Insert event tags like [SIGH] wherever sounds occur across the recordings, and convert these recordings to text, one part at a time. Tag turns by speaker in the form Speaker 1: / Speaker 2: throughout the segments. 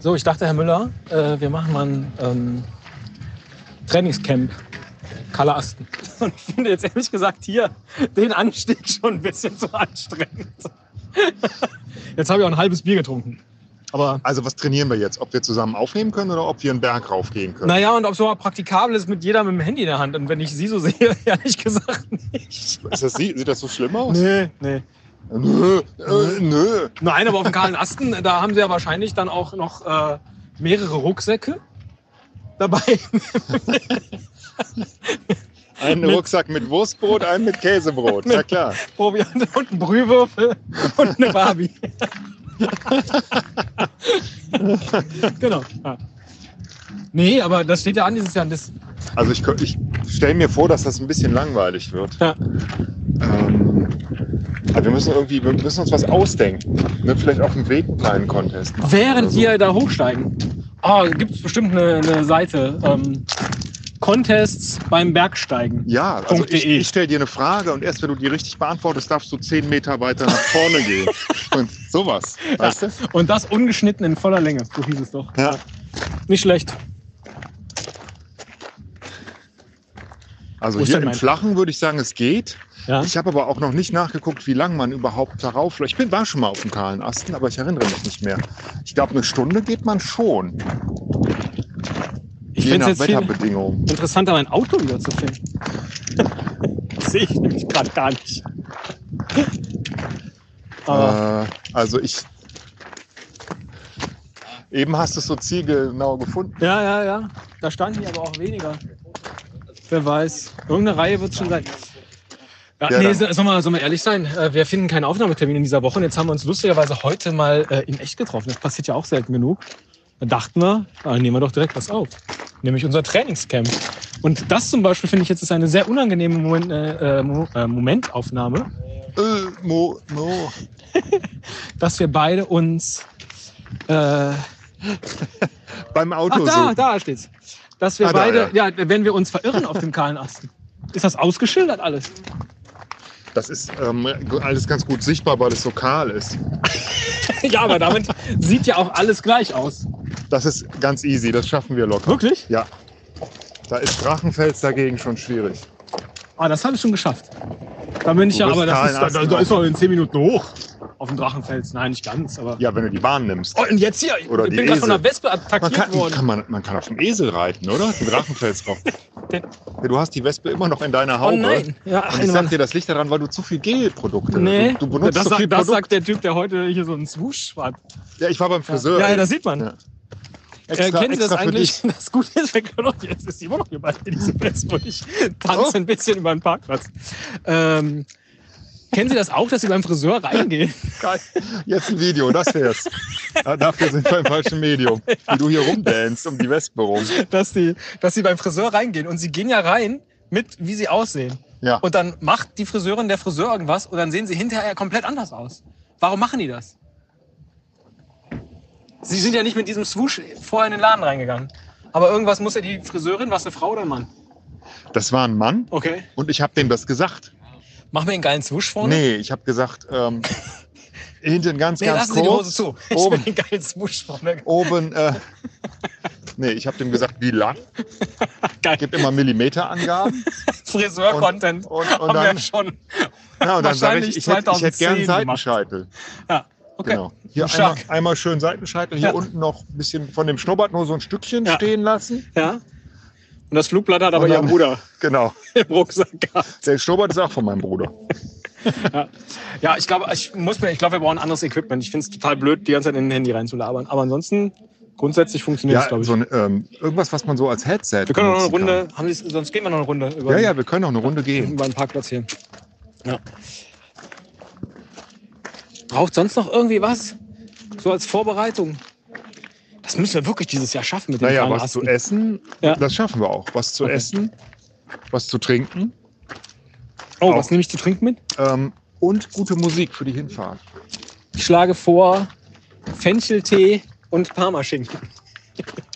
Speaker 1: So, ich dachte, Herr Müller, äh, wir machen mal ein ähm, Trainingscamp. Kalle Asten.
Speaker 2: [LAUGHS] Und ich finde jetzt ehrlich gesagt hier den Anstieg schon ein bisschen zu anstrengend.
Speaker 1: Jetzt habe ich auch ein halbes Bier getrunken. Aber
Speaker 3: Also was trainieren wir jetzt? Ob wir zusammen aufnehmen können oder ob wir einen Berg raufgehen können?
Speaker 1: naja, und ob es überhaupt praktikabel ist mit jeder mit dem Handy in der Hand. Und wenn ich sie so sehe, [LAUGHS] ehrlich gesagt nicht.
Speaker 3: Ist das, sieht das so schlimm aus?
Speaker 1: Nee, nee.
Speaker 3: Nö, äh, nö.
Speaker 1: Nein, aber auf dem kahlen Asten, da haben sie ja wahrscheinlich dann auch noch äh, mehrere Rucksäcke dabei.
Speaker 3: Einen
Speaker 1: Mit-
Speaker 3: Rucksack mit Wurstbrot, einen mit Käsebrot. Na klar.
Speaker 1: Proviant [LAUGHS] und einen Brühwürfel und eine [LAUGHS] Barbie. genau. Ja. Nee, aber das steht ja an dieses Jahr. Das,
Speaker 3: Also ich, kö- ich stelle mir vor, dass das ein bisschen langweilig wird.
Speaker 1: Ja.
Speaker 3: Ähm, aber wir müssen irgendwie, wir müssen uns was ausdenken. Ne? Vielleicht auf dem Weg einen kleinen Contest. machen oder
Speaker 1: während
Speaker 3: so.
Speaker 1: wir da hochsteigen, oh, gibt es bestimmt eine, eine Seite. Ähm, Contests beim Bergsteigen.
Speaker 3: Ja, also ich,
Speaker 1: .de.
Speaker 3: ich stelle dir eine Frage und erst wenn du die richtig beantwortest, darfst du zehn Meter weiter nach
Speaker 1: [LAUGHS]
Speaker 3: vorne gehen. Und sowas. Weißt du?
Speaker 1: Und das ungeschnitten in voller Länge. So hieß es doch.
Speaker 3: Ja.
Speaker 1: Nicht schlecht.
Speaker 3: Also
Speaker 1: Wo ist
Speaker 3: hier
Speaker 1: denn
Speaker 3: im
Speaker 1: mein-
Speaker 3: Flachen würde ich sagen, es geht.
Speaker 1: Ja.
Speaker 3: Ich habe aber auch noch nicht nachgeguckt, wie lange man überhaupt darauf läuft. Ich bin, war schon mal auf dem kahlen Asten, aber ich erinnere mich nicht mehr. Ich glaube, eine Stunde geht man schon.
Speaker 1: Ich
Speaker 3: je
Speaker 1: finde
Speaker 3: nach
Speaker 1: es jetzt viel
Speaker 3: Wetterbedingungen.
Speaker 1: interessanter, mein Auto wieder zu finden. das [LAUGHS] sehe ich nämlich gerade gar nicht. Aber
Speaker 3: Äh, also ich. Eben hast du es so zielgenau gefunden.
Speaker 1: Ja, ja, ja. Da standen die aber auch weniger. Wer weiß. Irgendeine Reihe wird schon sein. Ja,
Speaker 3: Ja,
Speaker 1: nee,
Speaker 3: dann-
Speaker 1: soll mal, soll mal ehrlich sein, äh, wir finden keinen Aufnahmetermin in dieser Woche und jetzt haben wir uns lustigerweise heute mal äh, in echt getroffen. Das passiert ja auch selten genug. Da dachten wir, ah, nehmen wir doch direkt was auf. Nämlich unser Trainingscamp. Und das zum Beispiel finde ich jetzt ist eine sehr unangenehme Moment, äh, äh, Mo- äh, Momentaufnahme,
Speaker 3: Äh, Mo, Mo.
Speaker 1: dass wir beide uns äh,
Speaker 3: Beim
Speaker 1: Ach,
Speaker 3: Auto
Speaker 1: da,
Speaker 3: suchen.
Speaker 1: da steht's. Dass wir
Speaker 3: Ah, da,
Speaker 1: beide, ja. wenn wir uns verirren auf dem kahlen Ast. Ist das ausgeschildert alles? [LAUGHS]
Speaker 3: Das ist ähm, alles ganz gut sichtbar, weil es so kahl ist.
Speaker 1: ja, aber damit sieht ja auch alles gleich aus.
Speaker 3: Das ist ganz easy, das schaffen wir locker.
Speaker 1: Wirklich?
Speaker 3: Ja. Da ist Drachenfels dagegen schon schwierig.
Speaker 1: Ah, das habe ich schon geschafft. Da bin ich
Speaker 3: Du
Speaker 1: ja,
Speaker 3: bist
Speaker 1: aber das
Speaker 3: Kahlen
Speaker 1: ist, da,
Speaker 3: Ast
Speaker 1: da, da
Speaker 3: drauf.
Speaker 1: ist doch in 10 Minuten hoch. Auf dem Drachenfels. Nein, nicht ganz, aber.
Speaker 3: Ja, wenn du die Bahn nimmst.
Speaker 1: Oh, und jetzt hier, ich
Speaker 3: Oder die
Speaker 1: bin gerade von
Speaker 3: Esel.
Speaker 1: einer Wespe
Speaker 3: Man
Speaker 1: attackiert
Speaker 3: kann,
Speaker 1: worden.
Speaker 3: kann man, man kann auf dem Esel reiten, oder? Den Drachenfels
Speaker 1: [LAUGHS]
Speaker 3: drauf.
Speaker 1: Den-
Speaker 3: Ja, du hast die Wespe immer noch in deiner
Speaker 1: oh
Speaker 3: Haube.
Speaker 1: nein. Ja,
Speaker 3: Und ich
Speaker 1: Mann.
Speaker 3: sag dir, das liegt daran, weil du zu viel Gelprodukte.
Speaker 1: nee,
Speaker 3: Du, du benutzt
Speaker 1: das,
Speaker 3: zu viel
Speaker 1: sagt, das
Speaker 3: Produkte.
Speaker 1: sagt der Typ, der heute hier so einen Swoosh hat.
Speaker 3: Ja, ich war beim Friseur.
Speaker 1: Ja, ja, das sieht man.
Speaker 3: Ja.
Speaker 1: Äh, kennen Sie das
Speaker 3: extra für
Speaker 1: eigentlich?
Speaker 3: dich.
Speaker 1: [LAUGHS] Das Gute ist, wir können auch, jetzt ist immer noch hier bei diesem Fest, wo ich tanze
Speaker 3: Oh.
Speaker 1: ein bisschen über den Parkplatz. Ähm, kennen Sie das auch, dass Sie beim Friseur [LAUGHS] reingehen?
Speaker 3: Geil. Jetzt ein Video, das wär's. Ja, Dafür sind wir im falschen Medium. Wie du hier rumdanst um die Wespe rum.
Speaker 1: Dass Sie, dass Sie beim Friseur reingehen und Sie gehen ja rein mit, wie Sie aussehen.
Speaker 3: Ja.
Speaker 1: Und dann macht die Friseurin der Friseur irgendwas und dann sehen Sie hinterher komplett anders aus. Warum machen die das? Sie sind ja nicht mit diesem Swoosh vorher in den Laden reingegangen. Aber irgendwas muss ja die Friseurin, was eine Frau oder ein Mann?
Speaker 3: Das war ein Mann
Speaker 1: Okay.
Speaker 3: und ich habe dem das gesagt.
Speaker 1: Mach mir einen geilen Swoosh vorne.
Speaker 3: Nee, ich habe gesagt, ähm, hinten ganz,
Speaker 1: Nee,
Speaker 3: ganz
Speaker 1: lassen Sie die Hose
Speaker 3: kurz.
Speaker 1: zu. Ich
Speaker 3: Oben.
Speaker 1: bin ein geiles Busch vorne.
Speaker 3: Oben, äh, nee, ich habe dem gesagt, wie lang.
Speaker 1: [LAUGHS] Geil.
Speaker 3: Gibt
Speaker 1: [LAUGHS]
Speaker 3: immer Millimeterangaben.
Speaker 1: Friseur-Content.
Speaker 3: Und- und-
Speaker 1: Haben
Speaker 3: und
Speaker 1: wir
Speaker 3: dann-
Speaker 1: ja schon.
Speaker 3: Ja, und dann sage ich,
Speaker 1: Wahrscheinlich
Speaker 3: ich hätte, ich hätte
Speaker 1: 2010
Speaker 3: gern einen Seitenscheitel.
Speaker 1: Ja, okay.
Speaker 3: Genau. Hier einmal,
Speaker 1: Stark.
Speaker 3: einmal schön Seitenscheitel, hier
Speaker 1: Ja.
Speaker 3: unten noch ein bisschen von dem Schnurrbart nur so ein Stückchen
Speaker 1: Ja.
Speaker 3: stehen lassen.
Speaker 1: Ja. Und das Flugblatt hat aber
Speaker 3: Und
Speaker 1: ihr
Speaker 3: dann-
Speaker 1: Bruder [LAUGHS]
Speaker 3: Genau.
Speaker 1: im Rucksack gehabt.
Speaker 3: Der Schnurrbart ist auch von meinem Bruder.
Speaker 1: Ja, ich glaube, ich muss mir, ich glaube, wir brauchen anderes Equipment. Ich finde es total blöd, die ganze Zeit in den Handy reinzulabern. Aber ansonsten, grundsätzlich funktioniert es,
Speaker 3: Ja,
Speaker 1: glaube ich.
Speaker 3: so ein, ähm, irgendwas, was man so als Headset
Speaker 1: wir können noch eine
Speaker 3: benutzen
Speaker 1: Runde, haben Sie, sonst gehen wir noch eine Runde über,
Speaker 3: Kann. Ja, ja, wir können auch eine Runde gehen.
Speaker 1: über den Parkplatz hier. Ja. Braucht sonst noch irgendwie was? So als Vorbereitung. Das müssen wir wirklich dieses Jahr schaffen mit den
Speaker 3: Naja,
Speaker 1: kleinen
Speaker 3: was zu
Speaker 1: Asten.
Speaker 3: essen,
Speaker 1: Ja.
Speaker 3: das schaffen wir auch. Was zu
Speaker 1: Okay.
Speaker 3: essen, was zu trinken
Speaker 1: Oh,
Speaker 3: Auch.
Speaker 1: was nehme ich zu trinken mit?
Speaker 3: ähm, und gute Musik für die Hinfahrt.
Speaker 1: Ich schlage vor Fencheltee und Parmaschinken.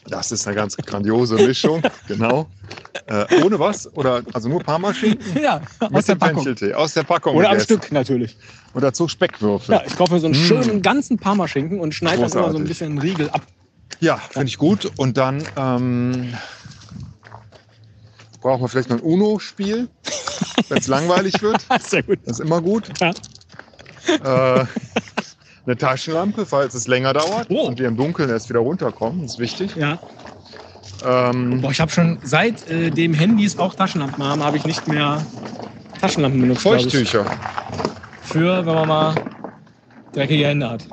Speaker 3: Das ist eine ganz grandiose Mischung, genau. Äh, ohne was? Oder also nur Parmaschinken?
Speaker 1: [LAUGHS] Ja, aus
Speaker 3: Mit
Speaker 1: der
Speaker 3: dem
Speaker 1: Packung.
Speaker 3: Fencheltee, aus der Packung.
Speaker 1: Oder am
Speaker 3: gegessen.
Speaker 1: Stück natürlich.
Speaker 3: Und dazu Speckwürfel.
Speaker 1: Ja, ich kaufe mir so einen
Speaker 3: Mm.
Speaker 1: schönen ganzen Parmaschinken und schneide dann immer so ein
Speaker 3: Großartig.
Speaker 1: bisschen einen Riegel ab. [LAUGHS]
Speaker 3: Ja, finde ich gut. Und dann ähm, brauchen wir vielleicht noch ein UNO-Spiel, wenn es langweilig
Speaker 1: [LAUGHS]
Speaker 3: wird.
Speaker 1: Sehr gut.
Speaker 3: Das ist immer gut.
Speaker 1: Ja.
Speaker 3: Äh, eine Taschenlampe, falls es länger dauert
Speaker 1: Oh.
Speaker 3: und wir im Dunkeln erst wieder runterkommen. ist wichtig.
Speaker 1: Ja.
Speaker 3: Ähm,
Speaker 1: Boah, ich habe schon seit äh, dem Handys auch Taschenlampen haben, habe ich nicht mehr Taschenlampen benutzt. glaub ich.
Speaker 3: Feuchttücher.
Speaker 1: Für, wenn man mal dreckige Hände hat.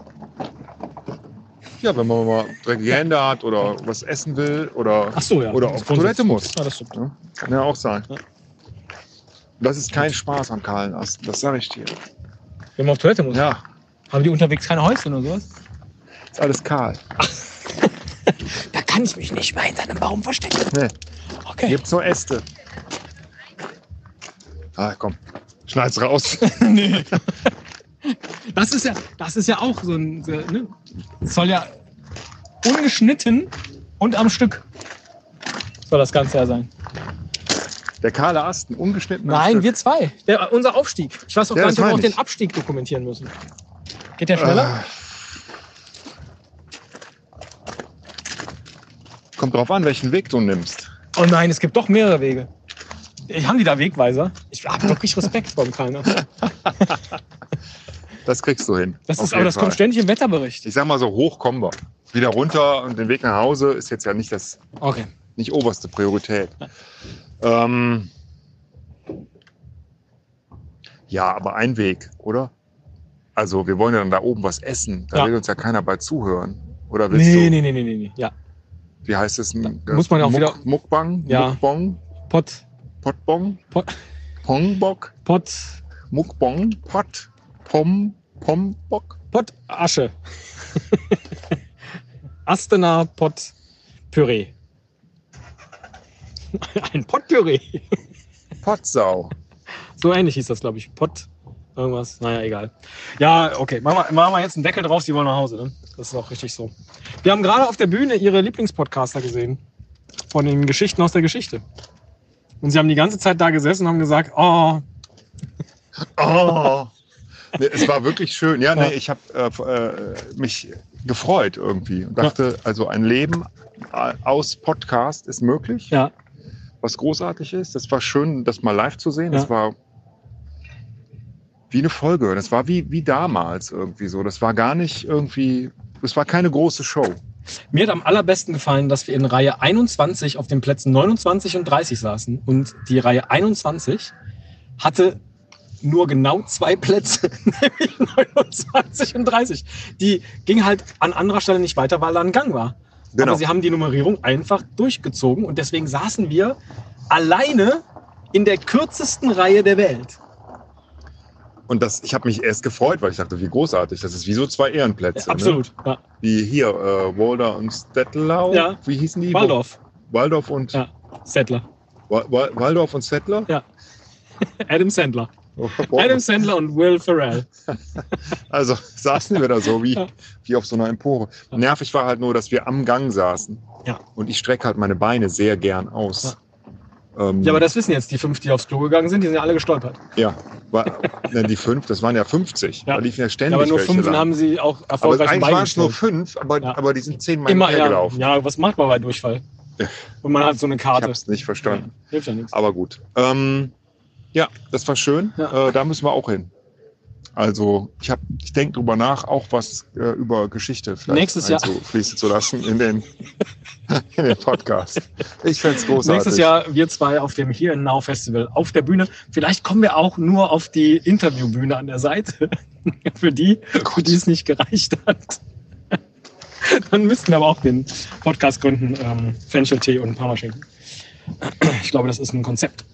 Speaker 3: Ja, wenn man mal dreckige Hände hat oder was essen will oder
Speaker 1: Ach so, ja.
Speaker 3: Oder
Speaker 1: Das
Speaker 3: auf
Speaker 1: ist grundsätzlich
Speaker 3: Toilette
Speaker 1: gut.
Speaker 3: muss.
Speaker 1: Ja, das stimmt.
Speaker 3: kann ja auch sein.
Speaker 1: Ja.
Speaker 3: Das ist kein Spaß am kahlen Ast, das sage ich dir.
Speaker 1: Wenn man auf Toilette muss.
Speaker 3: Ja,
Speaker 1: Haben die unterwegs keine Häuschen oder sowas?
Speaker 3: ist alles kahl.
Speaker 1: Da kann ich mich nicht mehr hinter einem Baum verstecken.
Speaker 3: Nee.
Speaker 1: Okay.
Speaker 3: Gibt's nur Äste. Ah, komm. Schneid's raus.
Speaker 1: [LAUGHS] nee. Das ist ja, das ist ja auch so ein, so, ne? Es soll ja ungeschnitten und am Stück soll das Ganze ja sein.
Speaker 3: Der kahle Ast, ein ungeschnittener
Speaker 1: Nein,
Speaker 3: Stück.
Speaker 1: wir zwei. Der, unser Aufstieg. Ich weiß auch
Speaker 3: Ja,
Speaker 1: gar
Speaker 3: das
Speaker 1: nicht, ob wir
Speaker 3: meine
Speaker 1: auch
Speaker 3: ich.
Speaker 1: den Abstieg dokumentieren müssen. Geht der schneller?
Speaker 3: Ah. Äh, kommt drauf an, welchen Weg du nimmst.
Speaker 1: Oh nein, es gibt doch mehrere Wege. Haben die da Wegweiser? Ich habe wirklich Respekt vor dem Keiner.
Speaker 3: Das kriegst du hin.
Speaker 1: Das
Speaker 3: Auf
Speaker 1: ist, aber
Speaker 3: jeden
Speaker 1: das kommt
Speaker 3: Fall.
Speaker 1: ständig im Wetterbericht.
Speaker 3: Ich sag mal so, hoch kommen wir. Wieder runter und den Weg nach Hause ist jetzt ja nicht das
Speaker 1: Okay.
Speaker 3: nicht oberste Priorität. Ähm, ja, aber ein Weg, oder? Also wir wollen ja dann da oben was essen. Da
Speaker 1: Ja.
Speaker 3: will uns ja keiner bei zuhören. Oder willst
Speaker 1: Nee,
Speaker 3: du,
Speaker 1: nee, nee, nee, nee, nee. Ja.
Speaker 3: wie heißt es? Ein,
Speaker 1: muss man ja auch wieder-
Speaker 3: Muckbang?
Speaker 1: Ja.
Speaker 3: Muckbong?
Speaker 1: Pot,
Speaker 3: Potbong?
Speaker 1: Pot-
Speaker 3: Pongbock?
Speaker 1: Pot,
Speaker 3: Muckbong? Pot? Pom? Pombock?
Speaker 1: Pot, Asche. [LAUGHS] Astana, Pot, Püree. [LAUGHS] Ein Pottpüree.
Speaker 3: Potsau.
Speaker 1: So ähnlich hieß das, glaube ich. Pot, irgendwas. Naja, egal. Ja, okay. Machen wir, machen wir jetzt einen Deckel drauf. Sie wollen nach Hause, ne? Das ist auch richtig so. Wir haben gerade auf der Bühne ihre Lieblingspodcaster gesehen. Von den Geschichten aus der Geschichte. Und sie haben die ganze Zeit da gesessen und haben gesagt, oh,
Speaker 3: Oh. Nee, es war wirklich schön. Ja,
Speaker 1: Ja.
Speaker 3: nee, ich habe äh, f- äh, mich gefreut irgendwie und dachte, also ein Leben a- aus Podcast ist möglich,
Speaker 1: ja,
Speaker 3: was großartig ist. Das war schön, das mal live zu sehen.
Speaker 1: Ja.
Speaker 3: Das war wie eine Folge. Das war wie, wie damals irgendwie so. Das war gar nicht irgendwie, das war keine große Show.
Speaker 1: Mir hat am allerbesten gefallen, dass wir in Reihe 21 auf den Plätzen 29 und 30 saßen. Und die Reihe 21 hatte nur genau zwei Plätze, [LAUGHS] nämlich 29 und 30. Die ging halt an anderer Stelle nicht weiter, weil da ein Gang war.
Speaker 3: Genau.
Speaker 1: Aber sie haben die Nummerierung einfach durchgezogen und deswegen saßen wir alleine in der kürzesten Reihe der Welt.
Speaker 3: Und das, ich habe mich erst gefreut, weil ich dachte, wie großartig. Das ist wie so zwei Ehrenplätze. Ne?
Speaker 1: Absolut. Ja.
Speaker 3: Wie hier, äh, Walder und Stettelau.
Speaker 1: Ja.
Speaker 3: Wie hießen die?
Speaker 1: Waldorf,
Speaker 3: Waldorf und
Speaker 1: Ja. Settler.
Speaker 3: Wa- Wa- Waldorf
Speaker 1: [LAUGHS]
Speaker 3: und Settler?
Speaker 1: Adam Sandler. Adam Sandler und Will Ferrell.
Speaker 3: Also [LAUGHS] saßen wir da so wie,
Speaker 1: Ja.
Speaker 3: wie auf so einer Empore.
Speaker 1: Ja.
Speaker 3: Nervig war halt nur, dass wir am Gang saßen.
Speaker 1: Ja.
Speaker 3: Und ich strecke halt meine Beine sehr gern aus. Ähm,
Speaker 1: Ja, aber das wissen jetzt die fünf, die aufs Klo gegangen sind, die sind ja alle gestolpert.
Speaker 3: ja, [LAUGHS] war, ne, die fünf, das waren ja 50.
Speaker 1: Ja.
Speaker 3: Da liefen ja
Speaker 1: Ja,
Speaker 3: ständig
Speaker 1: aber nur
Speaker 3: welche
Speaker 1: fünf
Speaker 3: lang.
Speaker 1: haben sie auch
Speaker 3: aber
Speaker 1: erfolgreich
Speaker 3: eigentlich
Speaker 1: Bein
Speaker 3: waren es nur
Speaker 1: gestellt.
Speaker 3: fünf, aber,
Speaker 1: Ja.
Speaker 3: aber die sind zehnmal
Speaker 1: Immer ja.
Speaker 3: hergelaufen.
Speaker 1: ja, was macht man bei Durchfall? Und man hat so eine
Speaker 3: Ich
Speaker 1: Karte.
Speaker 3: habe es nicht verstanden.
Speaker 1: Hilft ja nichts.
Speaker 3: Aber gut. Ähm, ja, das war schön.
Speaker 1: Ja.
Speaker 3: Äh, da müssen wir auch hin. Also ich habe, ich denke drüber nach, auch was äh, über Geschichte vielleicht
Speaker 1: Nächstes Jahr.
Speaker 3: einzufließen zu lassen in den, [LAUGHS] in den Podcast. Ich fänd's großartig.
Speaker 1: Nächstes Jahr wir zwei auf dem Here and Now Festival auf der Bühne. Vielleicht kommen wir auch nur auf die Interviewbühne an der Seite. [LAUGHS] für die, für die es nicht gereicht hat. [LAUGHS] Dann müssten wir aber auch den Podcast gründen, ähm, Fencheltee und Parmaschinken. Ich glaube, das ist ein Konzept.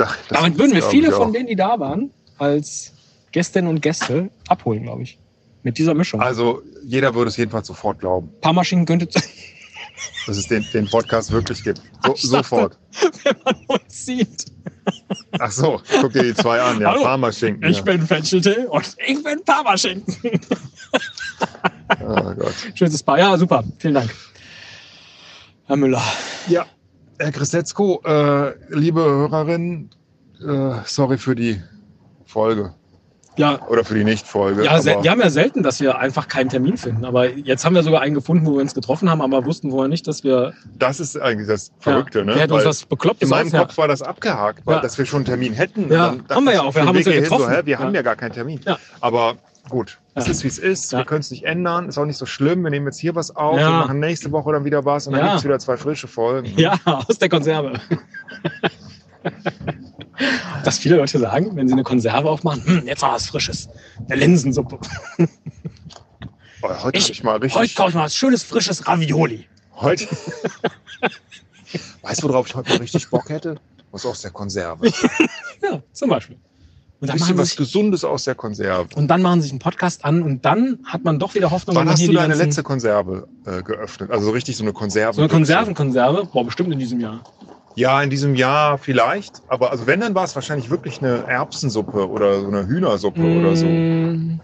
Speaker 3: Ach, das
Speaker 1: Damit würden wir
Speaker 3: glaub
Speaker 1: viele
Speaker 3: ich auch.
Speaker 1: von denen, die da waren, als Gästinnen und Gäste abholen, glaube ich. Mit dieser Mischung.
Speaker 3: Also jeder würde es jedenfalls sofort glauben,
Speaker 1: Parmaschinken könnte [LAUGHS]
Speaker 3: dass es den, den Podcast wirklich gibt. So,
Speaker 1: Ich dachte-
Speaker 3: sofort.
Speaker 1: uns sieht.
Speaker 3: Ach so, guck dir die zwei an. Ja,
Speaker 1: Hallo,
Speaker 3: Farmerschinken.
Speaker 1: Ich
Speaker 3: Ja.
Speaker 1: bin Fencheltee und ich bin Parmaschinken.
Speaker 3: Oh Gott.
Speaker 1: Schönes Paar. Ja, super. Vielen Dank. Herr Müller.
Speaker 3: Ja, Herr Christetzko, äh, liebe Hörerinnen, äh, sorry für die Folge.
Speaker 1: Ja,
Speaker 3: Oder für die Nichtfolge.
Speaker 1: ja sel-
Speaker 3: aber-
Speaker 1: wir haben ja selten, dass wir einfach keinen Termin finden. Aber jetzt haben wir sogar einen gefunden, wo wir uns getroffen haben, aber wussten vorher nicht, dass wir.
Speaker 3: Das ist eigentlich das Verrückte,
Speaker 1: ja,
Speaker 3: ne?
Speaker 1: Der hat uns
Speaker 3: Weil
Speaker 1: was bekloppt.
Speaker 3: in meinem
Speaker 1: ja,
Speaker 3: Kopf war das abgehakt, weil,
Speaker 1: Ja.
Speaker 3: dass wir schon einen Termin hätten.
Speaker 1: Ja,
Speaker 3: Und dann
Speaker 1: haben wir ja
Speaker 3: dachte
Speaker 1: auch. Wir
Speaker 3: ich auf dem
Speaker 1: haben uns
Speaker 3: Weg
Speaker 1: ja
Speaker 3: hierhin So,
Speaker 1: getroffen.
Speaker 3: hä, wir
Speaker 1: Ja.
Speaker 3: haben ja gar keinen Termin.
Speaker 1: Ja.
Speaker 3: Aber gut, es
Speaker 1: Ja.
Speaker 3: ist wie es ist.
Speaker 1: Ja.
Speaker 3: Wir können es nicht ändern. Ist auch nicht so schlimm. Wir nehmen jetzt hier was auf,
Speaker 1: Ja.
Speaker 3: wir machen nächste Woche dann wieder was und dann
Speaker 1: Ja.
Speaker 3: gibt's gibt es wieder zwei frische Folgen.
Speaker 1: ja, aus der Konserve. Dass viele Leute sagen, wenn sie eine Konserve aufmachen, hm, jetzt mal was Frisches. Eine Linsensuppe.
Speaker 3: Oh, heute
Speaker 1: Ich-
Speaker 3: habe ich mal richtig.
Speaker 1: Heute kaufe ich mal was schönes, frisches Ravioli.
Speaker 3: Heute. weißt du, worauf ich heute mal richtig Bock hätte? Was aus der Konserve.
Speaker 1: Ja, zum Beispiel. Und
Speaker 3: Ein
Speaker 1: dann,
Speaker 3: bisschen
Speaker 1: machen
Speaker 3: was
Speaker 1: sich,
Speaker 3: Gesundes aus der Konserve.
Speaker 1: und dann machen sie sich einen Podcast an und dann hat man doch wieder Hoffnung,
Speaker 3: Wann
Speaker 1: man
Speaker 3: hast
Speaker 1: hier
Speaker 3: du
Speaker 1: die
Speaker 3: deine
Speaker 1: ganzen-
Speaker 3: letzte Konserve äh, geöffnet? Also richtig so eine Konserve.
Speaker 1: So eine Konservenkonserve? Boah, bestimmt in diesem Jahr.
Speaker 3: Ja, in diesem Jahr vielleicht. Aber also wenn, dann war es wahrscheinlich wirklich eine Erbsensuppe oder so eine Hühnersuppe oder so.
Speaker 1: Mm,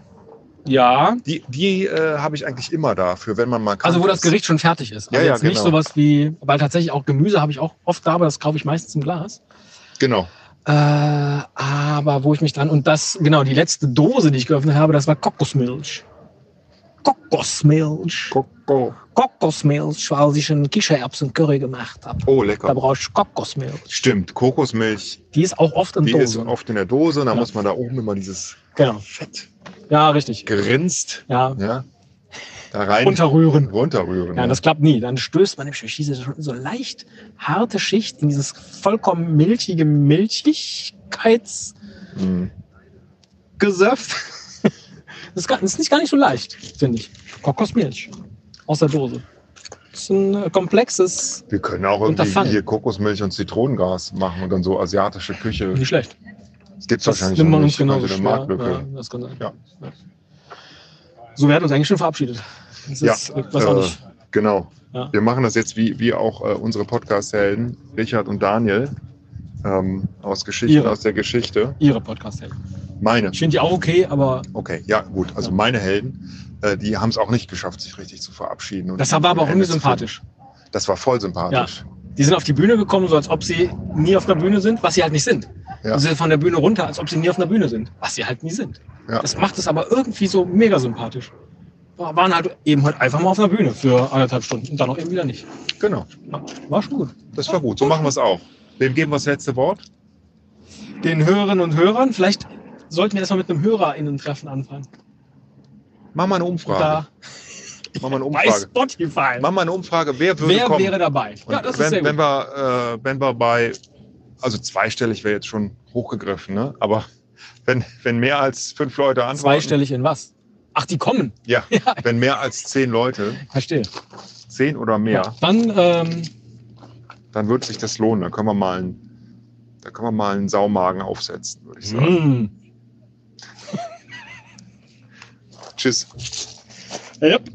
Speaker 1: Ja,
Speaker 3: Die, die äh, habe ich eigentlich immer dafür, wenn man mal krank
Speaker 1: also wo das
Speaker 3: ist.
Speaker 1: Gericht schon fertig ist. Also
Speaker 3: Ja, ja,
Speaker 1: jetzt nicht
Speaker 3: genau.
Speaker 1: sowas wie, weil tatsächlich auch Gemüse habe ich auch oft da, aber das kaufe ich meistens im Glas.
Speaker 3: Genau.
Speaker 1: Äh, aber wo ich mich dran, und das, genau, die letzte Dose, die ich geöffnet habe, das war Kokosmilch. Kokosmilch.
Speaker 3: Koko.
Speaker 1: Kokosmilch, weil ich einen Kichererbsen-Curry gemacht habe.
Speaker 3: Oh,
Speaker 1: Da
Speaker 3: lecker.
Speaker 1: brauchst du Kokosmilch.
Speaker 3: Stimmt, Kokosmilch,
Speaker 1: Die ist auch oft in
Speaker 3: die ist
Speaker 1: Dosen.
Speaker 3: oft in der Dose, da
Speaker 1: Ja.
Speaker 3: muss man da oben immer dieses
Speaker 1: Genau.
Speaker 3: Fett
Speaker 1: Ja, richtig.
Speaker 3: gerinst,
Speaker 1: Ja.
Speaker 3: ja, da rein
Speaker 1: Unterrühren.
Speaker 3: runterrühren.
Speaker 1: Ja, das klappt nie. Dann stößt man nämlich durch diese so- so leicht harte Schicht in dieses vollkommen milchige Milchigkeitsgesöff.
Speaker 3: Mhm.
Speaker 1: Das ist, gar, das ist nicht gar nicht so leicht, finde ich. Kokosmilch aus der Dose. Das ist ein äh, komplexes,
Speaker 3: Wir können auch irgendwie
Speaker 1: Unterfangen.
Speaker 3: hier Kokosmilch und Zitronengas machen und dann so asiatische Küche.
Speaker 1: nicht schlecht.
Speaker 3: Das gibt es
Speaker 1: Das
Speaker 3: wahrscheinlich
Speaker 1: nimmt
Speaker 3: noch
Speaker 1: man uns
Speaker 3: nicht.
Speaker 1: genauso
Speaker 3: Also eine
Speaker 1: schwer.
Speaker 3: Marktlücke.
Speaker 1: Ja, das kann sein.
Speaker 3: Ja.
Speaker 1: So, wir hatten uns eigentlich schon verabschiedet. Das
Speaker 3: Ja,
Speaker 1: ist, was auch
Speaker 3: äh,
Speaker 1: nicht.
Speaker 3: Genau.
Speaker 1: Ja.
Speaker 3: Wir machen das jetzt wie, wie auch äh, unsere Podcast-Helden, Richard und Daniel, ähm, aus Geschichten
Speaker 1: Ihre.
Speaker 3: aus der Geschichte.
Speaker 1: Ihre Podcast-Helden.
Speaker 3: Meine.
Speaker 1: Ich finde die auch okay, aber
Speaker 3: Okay, ja, gut. Also
Speaker 1: Ja.
Speaker 3: meine Helden, äh, die haben es auch nicht geschafft, sich richtig zu verabschieden. und
Speaker 1: das war aber auch
Speaker 3: ein
Speaker 1: irgendwie
Speaker 3: Ende zu
Speaker 1: sympathisch.
Speaker 3: finden. Das war voll sympathisch.
Speaker 1: Die sind auf die Bühne gekommen, so als ob sie nie auf einer Bühne sind, was sie halt nicht sind.
Speaker 3: Ja.
Speaker 1: Und sie sind von der Bühne runter, als ob sie nie auf einer Bühne sind, was sie halt nie sind.
Speaker 3: Ja.
Speaker 1: Das macht es aber irgendwie so mega sympathisch. War- Waren halt eben halt einfach mal auf einer Bühne für anderthalb Stunden und dann auch eben wieder nicht.
Speaker 3: Genau,
Speaker 1: Ja, War schon gut.
Speaker 3: das war gut. So machen wir es auch. Wem geben wir das letzte Wort?
Speaker 1: Den Hörerinnen und Hörern, vielleicht sollten wir erstmal mit einem HörerInnen-Treffen anfangen.
Speaker 3: Mach mal eine Umfrage.
Speaker 1: Da
Speaker 3: Mach mal eine
Speaker 1: bei
Speaker 3: Umfrage.
Speaker 1: Spotify.
Speaker 3: Mach mal eine Umfrage. Wer würde
Speaker 1: Wer
Speaker 3: kommen?
Speaker 1: wäre dabei?
Speaker 3: Und wenn,
Speaker 1: sehr gut.
Speaker 3: wenn, wir, äh, wenn wir bei, also zweistellig wäre jetzt schon hochgegriffen, ne? aber wenn, wenn mehr als fünf Leute antworten,
Speaker 1: Zweistellig in was? Ach, die kommen.
Speaker 3: Ja,
Speaker 1: Ja,
Speaker 3: wenn mehr als zehn Leute,
Speaker 1: verstehe.
Speaker 3: zehn oder mehr,
Speaker 1: Dann ähm,
Speaker 3: dann wird sich das lohnen. Da können wir mal einen, da können wir mal einen Saumagen aufsetzen, würde ich sagen.
Speaker 1: mm. Mhm.
Speaker 3: Tschüss.
Speaker 1: yep.